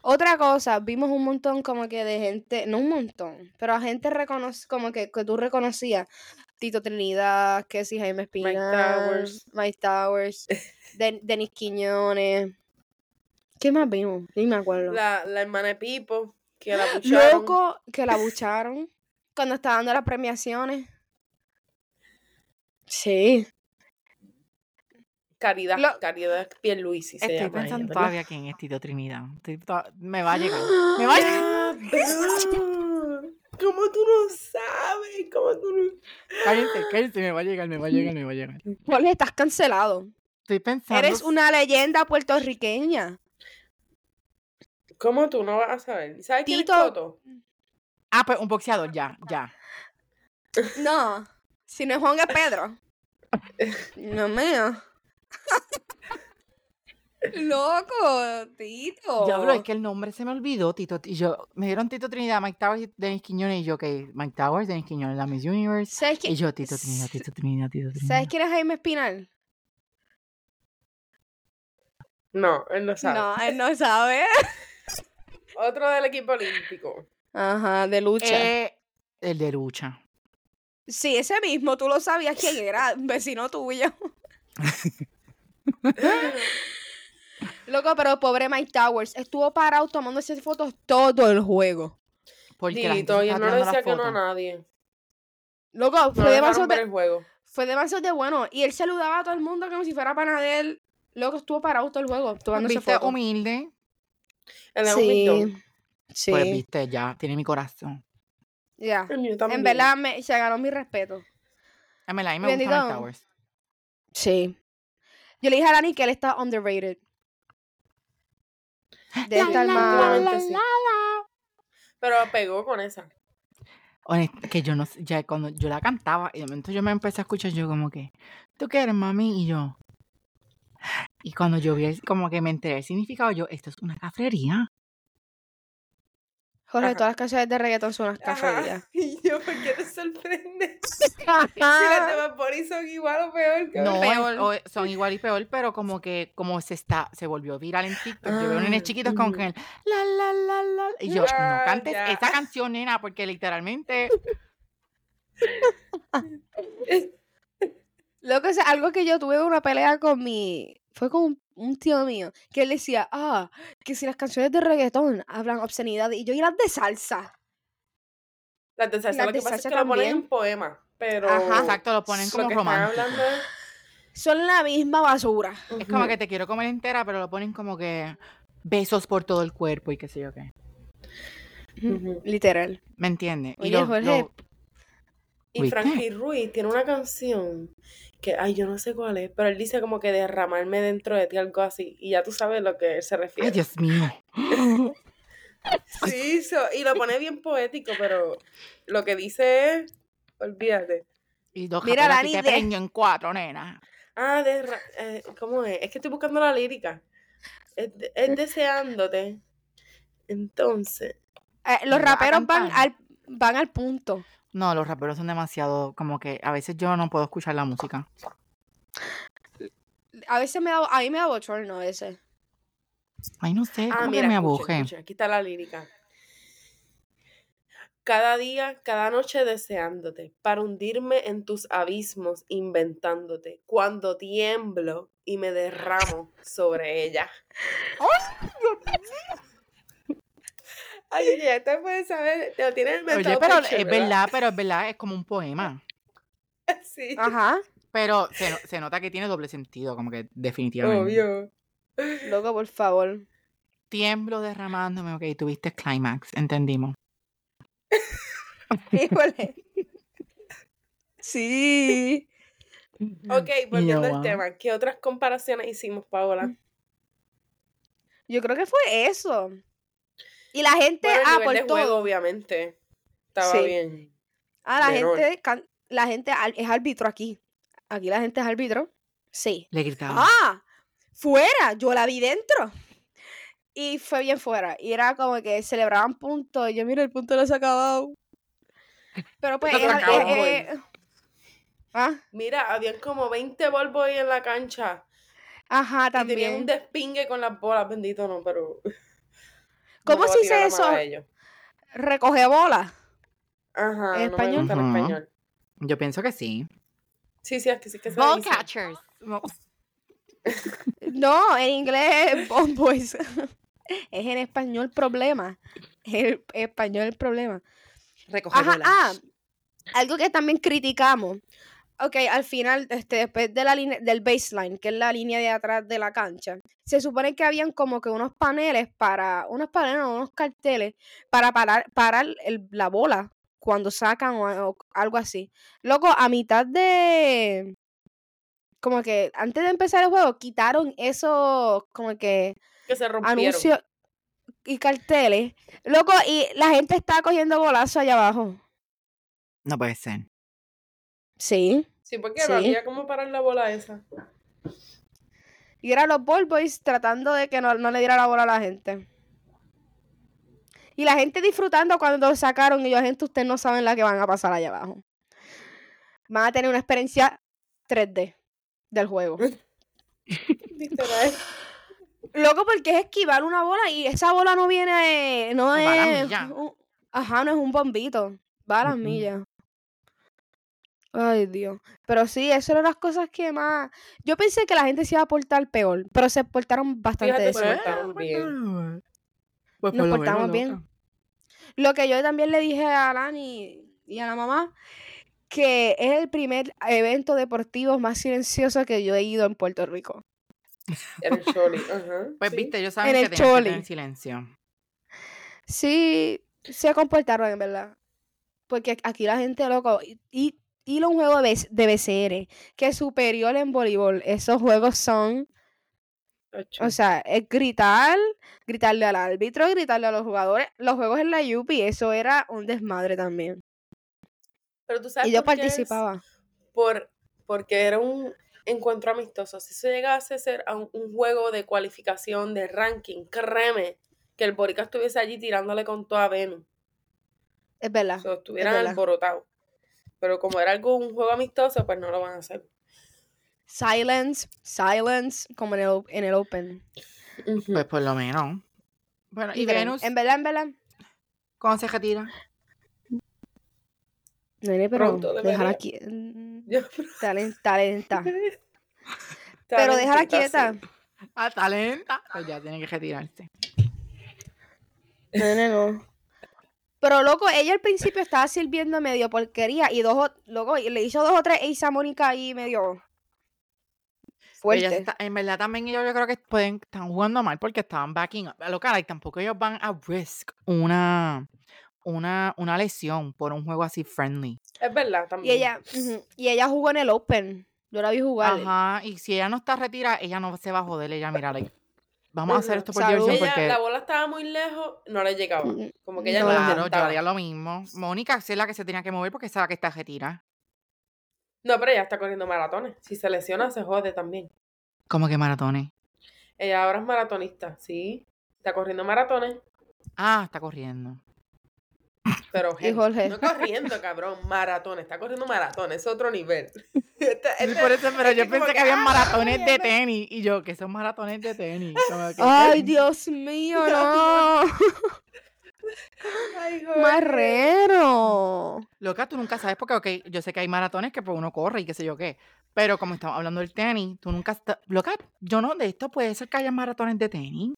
S1: Otra cosa, vimos un montón como que de gente, no un montón, pero a gente reconoce, como que, que tú reconocías. Tito Trinidad, que si Jaime Espina,
S3: Towers.
S1: Mike Towers, Den- Denis Quiñones. ¿Qué más vimos? Ni me acuerdo.
S3: La, la hermana de Pipo. Que la abuchearon.
S1: Loco, que la bucharon cuando estaba dando las premiaciones. Sí.
S3: Caridad,
S1: Lo-
S3: Caridad Pierluisi se
S1: pues,
S2: Estoy
S3: llama ella,
S2: pensando
S3: ¿verdad?
S2: todavía quién es Tito Trinidad. Estoy to- Me va a llegar.
S1: (gasps)
S2: Me va a llegar.
S3: Cabrón, Ah, ¿Cómo tú no sabes? ¿Cómo tú no-
S2: Cállense, cállense, me va a llegar, me va a llegar, me va a llegar.
S1: Ponle, estás cancelado.
S2: Estoy pensando.
S1: Eres una leyenda puertorriqueña.
S3: ¿Cómo tú no vas a saber? ¿Sabes quién es
S1: Tito-
S3: Coto?
S2: Ah, pues un boxeador, ya, ya.
S1: No, si no es Juan es Pedro. No mío. (laughs) Loco, Tito.
S2: Diablo, es que el nombre se me olvidó, Tito. Y yo, me dieron Tito Trinidad, Mike Towers y Dennis Quiñones. Y yo, ok, Mike Towers, Dennis Quiñones, la Miss Universe.
S1: ¿Sabes,
S2: Y
S1: qui-
S2: yo, Tito Trinidad,
S1: s-
S2: Tito Trinidad, Tito Trinidad.
S1: ¿Sabes quién es Jaime Espinal?
S3: No, él no sabe.
S1: No, él no sabe.
S3: Otro del equipo olímpico.
S1: Ajá, de lucha.
S2: Eh, el de lucha.
S1: Sí, ese mismo, tú lo sabías quién era, un vecino tuyo. (laughs) Loco, pero pobre Mike Towers estuvo parado tomándose fotos todo el juego.
S2: (laughs) Porque la gente
S3: Dito,
S2: se
S3: y él
S2: estaba
S3: no le
S2: tirando
S3: decía
S2: las
S3: que no a
S2: fotos.
S3: nadie.
S1: Loco,
S3: No
S1: fue,
S3: le
S1: demasiado
S3: dejaron ver
S1: de,
S3: el juego.
S1: fue demasiado de bueno. Y él saludaba a todo el mundo como si fuera pana de él. Loco, estuvo parado todo el juego tomándose
S2: Viste
S1: fotos.
S2: humilde.
S3: Él es un
S1: Sí,
S3: mito.
S1: sí.
S2: Pues viste, ya, tiene mi corazón.
S1: ya.
S3: El mío también.
S1: En verdad, me, se ganó mi respeto.
S2: Amela, a mí me gusta
S1: Bendito.
S2: Mike Towers.
S1: Sí. Yo le dije a Dani que él está underrated. De
S2: La,
S1: estar
S2: la,
S1: más-
S2: la, la,
S3: sí.
S2: la.
S3: Pero pegó con esa.
S2: Honest- que yo no sé, ya cuando yo la cantaba, y de momento yo me empecé a escuchar, yo como que, ¿tú qué eres, mami? Y yo, y cuando yo vi, el- como que me enteré el significado, yo, esto es una cafrería.
S1: Jorge,
S3: Ajá.
S1: todas las canciones de reggaetón son unas cafeterías.
S3: Ajá. (laughs) Y yo, ¿por qué te sorprende? (laughs) Si las
S1: (laughs)
S3: de Bad Bunny son igual o peor que
S2: No,
S3: Bad
S1: Ah. peor.
S3: (laughs)
S2: es- o- son igual y peor, pero como que, como se está, se volvió viral en TikTok. Yo veo nenes
S3: Ah,
S2: chiquitos como que, la, la, la, la, y yo, no
S3: Ah,
S2: cantes
S3: ya.
S2: esa canción, nena, porque literalmente,
S3: Bunny.
S1: Lo que algo que yo tuve una pelea con mi. Fue con un, un tío mío que él decía, ah, que si las canciones de reggaetón hablan obscenidad y yo y las de salsa.
S3: Las de salsa,
S1: Las
S3: lo que
S1: de
S3: pasa es
S1: salsa
S3: que lo ponen en
S1: también.
S3: poema, pero...
S1: Ajá.
S2: exacto, lo ponen
S3: lo
S2: como
S3: que están
S2: romántico.
S3: hablando es...
S1: Son la misma basura.
S2: Es como que te quiero comer entera, pero lo ponen como que besos por todo el cuerpo y qué sé yo qué.
S3: Ujú.
S2: (laughs)
S1: Literal.
S2: ¿Me entiendes?
S1: Oye, Jorge.
S3: Y
S2: ¿Viste?
S3: Frankie Ruiz tiene una canción que, ay, yo no sé cuál es, pero él dice como que derramarme dentro de ti, algo así, y ya tú sabes lo que él se
S2: Ay,
S3: refiere.
S2: Dios mío.
S3: Sí, so- y lo pone bien poético, pero lo que dice es, olvídate.
S2: Y dos
S1: Mira,
S2: Mira,
S1: Dani,
S2: te
S1: de-
S2: preño en cuatro, nena.
S3: Ah, derra- eh, ¿cómo es? Es que estoy buscando la lírica. Es, de- es deseándote. Entonces,
S1: Eh, los
S2: Me va a
S1: raperos van
S2: cantar.
S1: al, van al punto.
S2: No, los raperos son demasiado, como que a veces yo no puedo escuchar la música.
S1: A veces me da, a mí me da bochorno a veces.
S2: Ay, no sé,
S3: ah,
S2: como
S3: mira,
S2: que me
S3: escucha,
S2: abuje.
S3: escucha, aquí está la lírica. Cada día, cada noche deseándote, para hundirme en tus abismos, inventándote, cuando tiemblo y me derramo sobre ella. Ay, ya te puedes saber, te lo tienes en
S2: Oye, pero es verdad, pero es verdad, es como un poema.
S3: (laughs) Sí,
S1: Ajá.
S2: Pero se, no- se nota que tiene doble sentido, como que definitivamente.
S3: obvio.
S1: Loco, por favor.
S2: Tiemblo derramándome, ok, tuviste climax, entendimos.
S1: Híjole. Sí.
S3: (laughs) Ok, volviendo al
S2: wow.
S3: tema, ¿qué otras comparaciones hicimos, Paola?
S1: (laughs) Yo creo que fue eso. Y la gente,
S3: Bueno, el
S1: ah,
S3: nivel
S1: por
S3: de
S1: todo.
S3: juego, obviamente, estaba
S1: Sí.
S3: bien.
S1: Ah, la
S3: de rol.
S1: gente, can- la gente al- es árbitro aquí. Aquí la gente es árbitro. Sí.
S2: Le gritaba.
S1: Ah, fuera, yo la vi dentro. Y fue bien fuera. Y era como que celebraban puntos. Y yo, mira, el punto no se ha acabado. Pero pues...
S3: No se
S1: era-
S3: acabó,
S1: eh, eh, ah,
S3: Mira, habían como 20 Volvo ahí en la cancha.
S1: ajá,
S3: Y tenían un
S1: también.
S3: despingue con las bolas, bendito no, pero. (laughs) no
S1: ¿Cómo
S3: le voy a
S1: se dice
S3: tirar la mala
S1: eso?
S3: a ellos.
S1: Recoge bola. ¿En
S3: Ajá, no me
S1: español?
S3: gusta el
S2: Ujú.
S3: español.
S2: Yo pienso que sí.
S3: Sí, sí, es que sí que se
S2: Ball
S3: dice.
S2: catchers.
S1: No, en inglés es ball boys. (laughs) Es en español problema. Es el español el problema.
S4: Recoger
S1: Ajá,
S4: bolas.
S1: ah, algo que también criticamos. Ok, al final, este, después de la line- del baseline, que es la línea de atrás de la cancha, se supone que habían como que unos paneles para, unos paneles, no, unos carteles para parar, parar el- la bola cuando sacan o, o algo así. Loco, a mitad de, como que antes de empezar el juego, quitaron esos, como que,
S3: Que se rompieron.
S1: anuncios y carteles. Loco, y la gente está cogiendo bolazo allá abajo.
S2: No puede ser.
S1: Sí.
S3: Sí, porque no
S1: Sí.
S3: había cómo parar la bola esa. (laughs)
S1: Y eran los ball boys tratando de que no, no le diera la bola a la gente. Y la gente disfrutando cuando sacaron. Y yo, gente, ustedes no saben la que van a pasar allá abajo. Van a tener una experiencia 3D del juego.
S3: Literal.
S1: Loco, porque es esquivar una bola y esa bola no viene. No
S2: Va a las
S1: es.
S2: millas.
S1: un- ajá, no es un bombito. Va a las
S2: Mm, mm.
S1: millas. Ay, Dios. Pero sí, eso eran las cosas que más. Yo pensé que la gente se iba a portar peor, pero se portaron bastante
S3: Fíjate,
S1: decente.
S3: se portaron bien.
S1: Nos
S2: Pues por lo menos,
S1: portamos bien.
S2: loca.
S1: Lo que yo también le dije a Alan y, y a la mamá, que es el primer evento deportivo más silencioso que yo he ido en Puerto Rico.
S3: Era el Choli. Ajá.
S2: Pues
S3: sí.
S2: viste, ellos saben
S1: En
S2: que
S1: el
S2: tenías que
S1: chole.
S2: tener silencio.
S1: Sí, se comportaron en verdad. Porque aquí la gente, loco, y, y, y lo un juego de, bes- de BCR, que es superior en voleibol. Esos juegos son,
S3: Acho.
S1: o sea, es gritar, gritarle al árbitro, gritarle a los jugadores. Los juegos en la Yupi, eso era un desmadre también.
S3: Pero tú sabes
S1: Y yo
S3: por qué es?
S1: participaba.
S3: Por, porque era un encuentro amistoso. Si eso llegase a ser a un, un juego de cualificación, de ranking, créeme que el Borica estuviese allí tirándole con toda Venus.
S1: Ah, Es verdad.
S3: O sea, estuvieran
S1: verdad.
S3: alborotados. Pero como era algo, un juego amistoso, pues no lo van a hacer.
S1: Silence, silence, como en el, op- en el Open.
S2: Pues por lo menos. Bueno, y
S1: Diferente.
S2: Venus,
S1: En verdad, en verdad.
S2: ¿cómo
S1: (laughs)
S2: se retira?
S1: Nene, pero
S3: Pronto
S1: déjala
S3: debería.
S1: aquí. mm,
S3: Yo-
S1: talen- talenta. Pero
S3: Talentita,
S1: déjala quieta.
S3: sí.
S2: Ah, talenta. Pues ya tiene que retirarse.
S1: Nene, no. Pero loco, ella al principio estaba sirviendo medio porquería y dos o- loco, y le hizo dos o tres Ace a Mónica ahí medio
S2: Pero ellas
S1: fuerte.
S2: Pues, está- en verdad también ellos yo creo que pueden, están jugando mal porque estaban backing up. Lo cara, y tampoco ellos van a risk una, una, una lesión por un juego así friendly.
S3: Es verdad
S1: Y
S3: también.
S1: ella, ujú, y ella jugó en el Open. Yo la vi jugar.
S2: Ajá. Y si ella no está retirada, ella no se va a joder. Ella, mira, like, vamos a hacer
S3: Ujú.
S2: esto por
S1: Salud.
S2: diversión
S3: Ella-
S2: porque...
S3: la bola estaba muy lejos, no le llegaba.
S1: pues, Mm,
S3: Como que ella
S1: no
S3: no,
S1: la
S2: Claro, yo
S3: intentaba.
S2: haría lo mismo. Mónica sí es la que se tenía que mover porque es la que está retirada.
S3: No, pero ella está corriendo maratones. Si se lesiona, se jode también.
S2: ¿Cómo que maratones?
S3: Ella ahora es maratonista, sí. Está corriendo maratones,
S2: Ah, está corriendo.
S3: pero
S1: Y
S3: gente,
S1: Jorge.
S3: no
S1: (laughs)
S3: corriendo, cabrón, maratones, está corriendo maratones, es otro
S2: (laughs)
S3: nivel. Este-
S2: Sí,
S3: este-
S2: por eso, pero yo
S3: como
S2: pensé
S3: que,
S2: que había
S3: ah,
S2: maratones de
S3: óyeme.
S2: tenis. Y yo, que son maratones de
S3: (laughs)
S2: tenis. Como que-
S1: Ay, Dios mío, no.
S3: ay, joder.
S1: Marrero.
S2: Loca, tú nunca sabes porque, ok, yo sé que hay maratones que pues, uno corre y qué sé yo qué. Pero como estamos hablando del tenis, tú nunca... esta- Loca, yo no, de esto puede ser que haya maratones de tenis.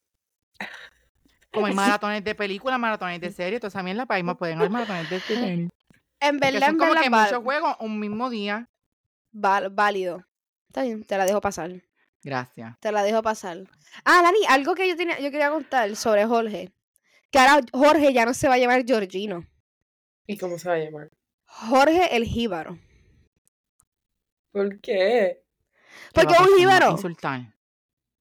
S2: Como
S3: (laughs)
S2: hay maratones de películas, maratones de series, entonces también la país pues, pueden haber maratones
S3: (laughs)
S2: de de tenis.
S1: En
S2: Porque
S1: verdad,
S2: son
S1: en
S2: como
S1: verdad,
S2: que
S1: val-
S2: muchos juegos un mismo día.
S1: val- válido. Está bien, te la dejo pasar.
S2: Gracias.
S1: Te la dejo pasar. Ah, Dani, algo que yo tenía, yo quería contar sobre Jorge. Que ahora Jorge ya no se va a llamar Georgino.
S3: ¿Y cómo se va a llamar?
S1: Jorge el jíbaro.
S3: ¿Por qué?
S2: ¿Qué
S1: Porque
S2: va
S1: es
S2: a
S1: un
S2: pasar?
S1: jíbaro.
S2: Insultar.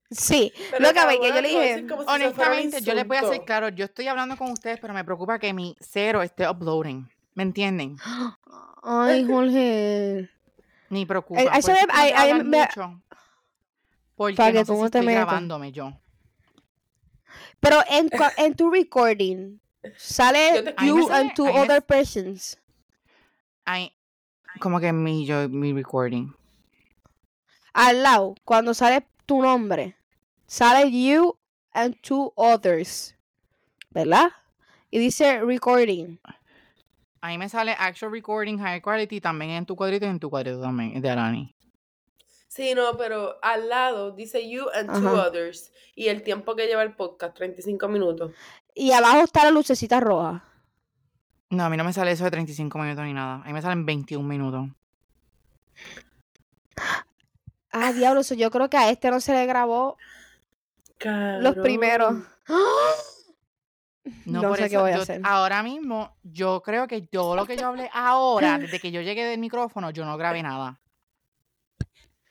S1: Sí.
S3: Pero,
S1: Loca, ve, que yo
S3: cabrón,
S1: le
S3: lo voy a
S1: dije,
S3: decir como si eso fuera un
S2: Honestamente, yo les voy a hacer
S3: insulto.
S2: claro, yo estoy hablando con ustedes, pero me preocupa que mi cero esté uploading. ¿Me entienden?
S1: (laughs) Ay, Jorge.
S2: Ni preocupa.
S1: Eh,
S2: por
S1: eso
S2: eso
S1: es-
S2: es que no
S1: ahí-
S2: quiero
S1: ahí
S2: hablar
S1: me-
S2: mucho, Porque
S1: Para que
S2: no sé
S1: tú
S2: si
S1: no te
S2: estoy
S1: metas.
S2: grabándome yo.
S1: Pero en, cua- en tu recording
S3: Yo
S1: sale
S3: te-
S2: ahí me
S1: you
S2: sale-
S1: and two
S2: ahí me-
S1: other persons.
S2: Ay, como que mi, yo, mi recording.
S1: Al lado, cuando sale tu nombre, sale you and two others. ¿Verdad? Y dice recording.
S2: Ahí me sale actual recording, high quality, también en tu cuadrito y en tu cuadrito también, de Arani.
S3: Sí, no, pero al lado dice you and two
S1: Ajá.
S3: others. Y el tiempo que lleva el podcast, 35 minutos.
S1: Y abajo está la lucecita roja.
S2: No, a mí no me sale eso de 35 minutos ni nada. A mí me salen 21 minutos.
S1: Ah, diablo, eso yo creo que a este no se le grabó los
S3: Cabrón.
S1: primeros.
S2: (gasps)
S1: No,
S2: por
S1: sé qué
S2: eso
S1: voy a
S2: yo-
S1: hacer.
S2: Ahora mismo, yo creo que todo lo que
S1: (laughs)
S2: yo hablé ahora, desde que yo llegué del micrófono, yo no grabé nada.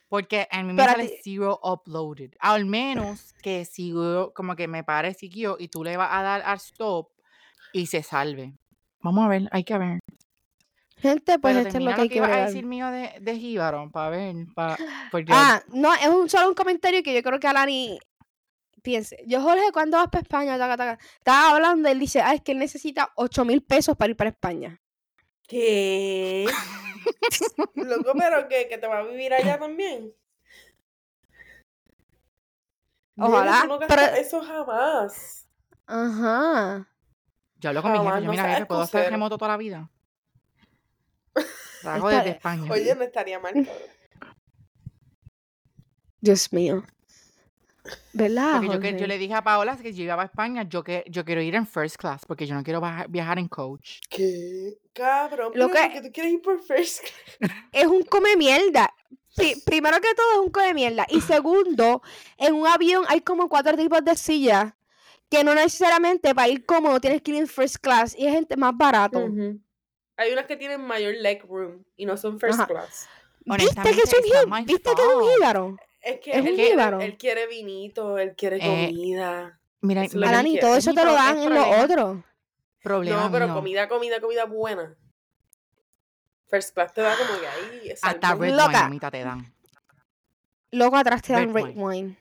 S2: Porque a mí me
S1: Pero a
S2: sale
S1: ti-
S2: zero uploaded. Al menos que sigo, como que me pare siguió y tú le vas a dar al stop y se salve. Vamos a ver, hay que ver.
S1: Gente, pues
S2: Pero
S1: esto es lo
S2: termina
S1: que hay
S2: que
S1: que
S2: iba a
S1: bregar.
S2: decir mío de, de Jíbaro, para ver, pues para...
S1: Ah, no, es un solo un comentario que yo creo que Alani piense. Yo, Jorge, ¿cuándo vas para España? Taca, taca. Estaba hablando, él dice, ah, es que él necesita 8 mil pesos para ir para España.
S3: ¿Qué? (laughs) Loco, pero que, que te va a vivir allá también. Nena,
S1: Ojalá,
S3: tú no
S1: pero-
S3: gastas eso jamás.
S1: Ajá.
S2: Yo hablo con mi jefe,
S3: jamás
S2: yo,
S3: no
S2: mira,
S3: sabes
S2: jefe, ¿puedo estar
S3: coser".
S2: remoto toda
S1: (laughs)
S2: la vida? Trabajo
S1: Está-
S2: desde España.
S3: Oye, no estaría
S1: (laughs)
S3: mal. cabrón.
S1: Dios mío. ¿Verdad?
S2: Porque yo, que- yo
S1: Jorge?
S2: le dije a Paola que si yo iba a España, yo, que, yo quiero ir en first class, porque yo no quiero baja- viajar en coach.
S3: ¿Qué? Cabrón,
S1: Lo
S3: pero
S1: que-
S3: porque tú quieres ir por first class.
S1: Es un come mierda.
S2: (laughs)
S1: Pri- primero que todo es un come mierda. Y segundo, en un avión hay como cuatro tipos de sillas que no necesariamente para ir cómodo tienes que ir en first class y es gente más barato.
S2: Mm.
S3: Hay unas que tienen mayor leg room y no son first
S1: Ajá.
S3: class.
S1: ¿Viste que
S2: Honestamente,
S1: soy
S2: it's not
S1: bien?
S2: my
S1: ¿Viste que es un
S2: fault.
S1: jíbaro?
S3: Es que
S1: Es
S3: él,
S1: un
S3: quiere,
S1: jíbaro.
S3: él quiere vinito, él quiere
S2: Eh,
S3: comida.
S2: Mira,
S3: Eso es lo
S2: mira,
S3: que-
S1: Alani,
S3: quiere-
S1: todo
S2: es
S1: eso
S2: mi
S1: te lo
S2: pro-
S1: dan
S2: es
S1: en los
S2: problema.
S1: otros.
S2: problema
S3: No, pero
S2: mío.
S3: comida, comida, comida buena. First class te da como que ahí.
S2: Hasta
S3: salmón.
S2: red
S1: Loca.
S2: wine a mitad te dan.
S1: Luego atrás te dan
S2: Red
S1: red wine.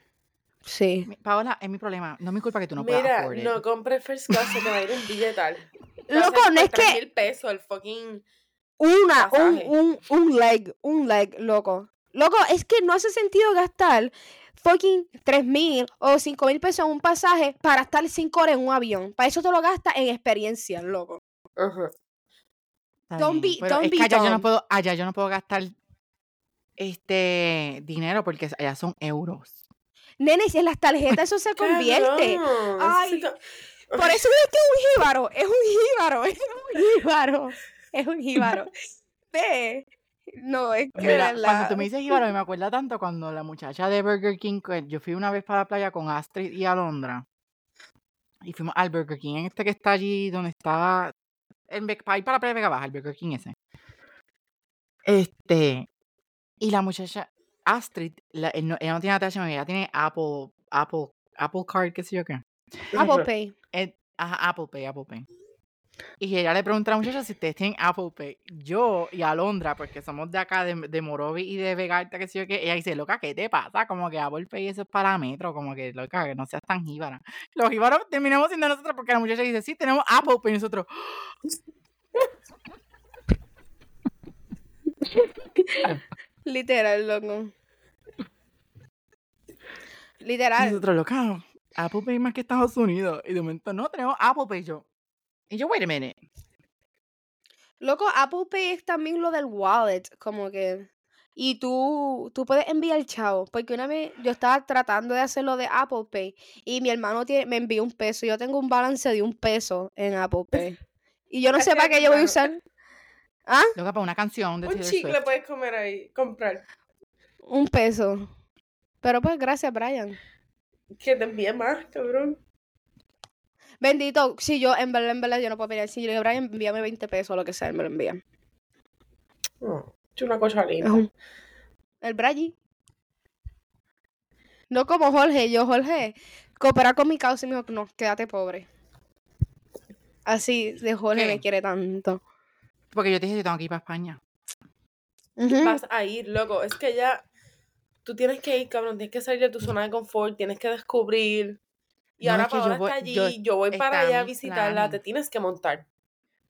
S1: Sí.
S2: Mi- Paola, es mi problema. No es mi culpa que tú no puedas
S3: Mira,
S2: afford it.
S3: no compres first class, se te va a ir un
S1: (laughs)
S3: billetal. Te va a
S1: Loco,
S3: salir
S1: no es
S3: por
S1: que
S3: 3.000 pesos el fucking.
S1: una, un,
S3: Pasaje.
S1: un, un leg, un leg, loco. Loco, es que no hace sentido gastar fucking 3 mil o 5 mil pesos en un pasaje para estar 5 horas en un avión. Para eso te lo gastas en experiencia, loco.
S3: Ajá.
S2: Está
S1: don't
S2: bien,
S1: be-
S2: pero
S1: don't
S2: es
S1: be
S2: que allá yo no
S1: dumb.
S2: puedo, allá yo no puedo gastar este dinero porque allá son euros.
S1: Nene, si en las tarjetas eso
S2: (laughs)
S1: se convierte.
S3: Cabrón,
S1: Ay.
S3: sí, ca-
S1: Por eso es que es un jíbaro, es un jíbaro, (laughs) es un jíbaro, es un jíbaro.
S2: (laughs)
S1: Ve, no, es que
S2: Pues Mira,
S1: de
S2: cuando
S1: verdad.
S2: tú me dices Jíbaro, me acuerda tanto cuando la muchacha de Burger King, que yo fui una vez para la playa con Astrid y Alondra. Y fuimos al Burger King, en este que está allí, donde está. En, Ve- para ir para la playa de Vega Baja, el Burger King ese. Este. Y la muchacha, Astrid, la- él no- ella no tiene atención, ella tiene Apple, Apple, Apple Card, qué sé yo qué.
S1: Apple Pay.
S2: Eh, ajá, Apple Pay, Apple Pay. Y ella le pregunta a la muchacha si ustedes tienen Apple Pay. Yo y Alondra, porque somos de acá, de, de Morovi y de Vegarta, que sé yo qué, ella dice, loca, ¿qué te pasa? Como que Apple Pay eso es para metro, como que, loca, que no seas tan jíbara. Los jíbaros terminamos siendo nosotros porque la muchacha dice, sí, tenemos Apple Pay. Y nosotros,
S1: Literal, loco.
S2: y
S1: Literal.
S2: nosotros, loca, Apple Pay más que Estados Unidos. Y de momento, no, tenemos Apple Pay. Yo, y yo, wait a minute.
S1: Loco, Apple Pay es también lo del wallet, como que... Y tú, tú puedes enviar chavo, porque una vez yo estaba tratando de hacer lo de Apple Pay y mi hermano tiene, me envió un peso, yo tengo un balance de un peso en
S3: (laughs)
S1: Apple Pay. Y yo no sé
S3: Gracias,
S1: para qué yo voy a
S3: hermano.
S1: usar
S2: Loca, para una canción de
S3: Un
S2: Taylor
S3: chicle
S2: Swift.
S3: puedes comer ahí, comprar.
S1: un peso. Pero pues gracias, Brian.
S3: Que te envíe más, cabrón.
S1: Bendito, si yo, en verdad, en verdad, yo no puedo pedir. Si yo le digo, Brian, envíame 20 pesos, lo que sea, él me lo envía.
S3: No, es una cosa
S1: Es
S3: linda.
S1: un- El Brayi. No como Jorge, yo, Jorge, coopera con mi causa y me dijo, no, quédate pobre. Así de Jorge me
S2: ¿Qué?
S1: quiere tanto.
S2: Porque yo te dije, yo tengo que ir para España.
S1: Ujú.
S3: Vas a ir, loco. Es que ya tú tienes que ir, cabrón. Tienes que salir de tu zona de confort, tienes que descubrir. Y
S2: Mm. No,
S3: ahora
S2: es que yo
S3: Paola
S2: voy-
S3: está allí,
S2: yo-
S3: yo, voy para
S2: está
S3: allá a
S2: mis
S3: visitarla,
S2: planes.
S3: te tienes que montar.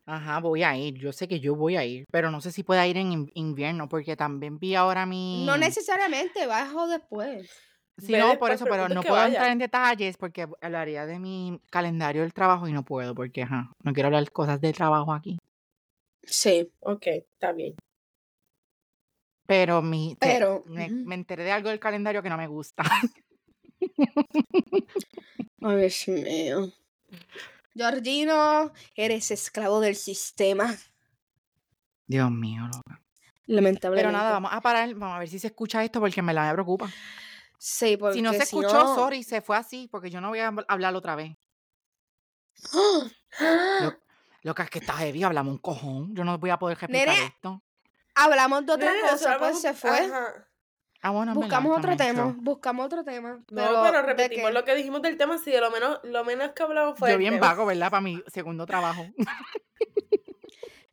S2: Ajá, voy a ir. Yo sé que yo voy a ir, pero no sé si pueda ir en in- invierno porque también vi ahora mi.
S1: No necesariamente, bajo después.
S2: Sí,
S3: Ve
S2: no, por
S3: después,
S2: eso,
S3: pero
S2: pero
S3: punto es
S2: no
S3: que
S2: puedo
S3: vaya.
S2: entrar en detalles porque hablaría de mi calendario del trabajo y no puedo porque, ajá, no quiero hablar cosas de trabajo aquí.
S1: Sí.
S3: Ok, está bien.
S2: Pero, mi, te-
S1: Pero,
S2: me,
S1: ujú.
S2: me enteré de algo del calendario que no me gusta. (laughs)
S1: Ay, Dios mío. Georgino, eres esclavo del sistema.
S2: Dios mío. loca.
S1: Lamentablemente.
S2: Pero nada, vamos a parar. Vamos a ver si se escucha esto porque me la me preocupa.
S1: Sí, porque
S2: Si no se escuchó,
S1: no-
S2: sorry, se fue así porque yo no voy a habl- hablar otra vez. Loca, es que está heavy, hablamos un cojón. Yo no voy a poder replicar
S1: Nerea,
S2: esto.
S1: (gasps) Hablamos de otra
S3: Nena, eso
S1: cosa, pues
S3: hablamos-
S1: se fue.
S3: Ajá.
S2: Ah, bueno, en verdad,
S1: Buscamos otro
S2: también,
S1: tema,
S2: so.
S1: buscamos otro tema.
S3: No, pero,
S1: ¿de
S3: repetimos
S1: qué?
S3: lo que dijimos del tema, sí, de lo menos, lo menos que hablamos fue
S2: Yo
S3: del
S2: bien
S3: tema.
S2: vago, ¿verdad? Para mi segundo trabajo.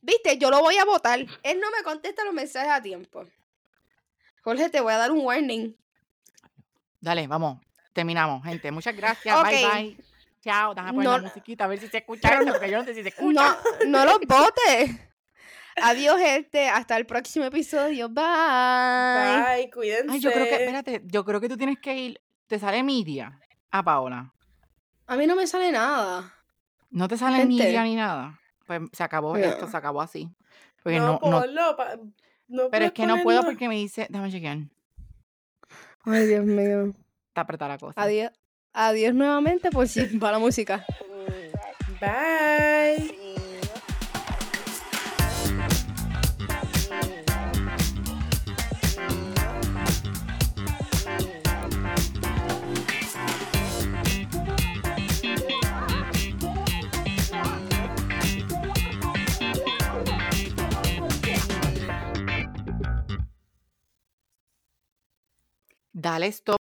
S1: Viste, yo lo voy a votar. Él no me contesta los mensajes a tiempo. Jorge, te voy a dar un warning.
S2: Dale, vamos. Terminamos, gente. Muchas gracias.
S1: Ok.
S2: Bye, bye. Chao. Déjame poner
S1: No-
S2: la musiquita a ver si se escucha esto, porque yo no sé si se escucha.
S1: No, no los votes. Adiós, gente. Hasta el próximo episodio. Bye.
S3: Bye, cuídense.
S2: Ay, yo creo que, espérate, yo creo que tú tienes que ir. Te sale media. Ah, Paola.
S1: A mí no me sale nada.
S2: No te sale
S1: Gente.
S2: media ni nada. Pues se acabó
S1: Ya.
S2: esto, se acabó así. Porque
S3: No,
S2: no, no,
S3: ponlo, pa- no
S2: pero
S3: puedes
S2: es que no puedo
S3: ponerlo.
S2: porque me dice, déjame chequear.
S1: Ay, Dios mío.
S2: Está apretada la cosa.
S1: Adiós. Adiós nuevamente por si va la música.
S3: Bye.
S2: Dale stop.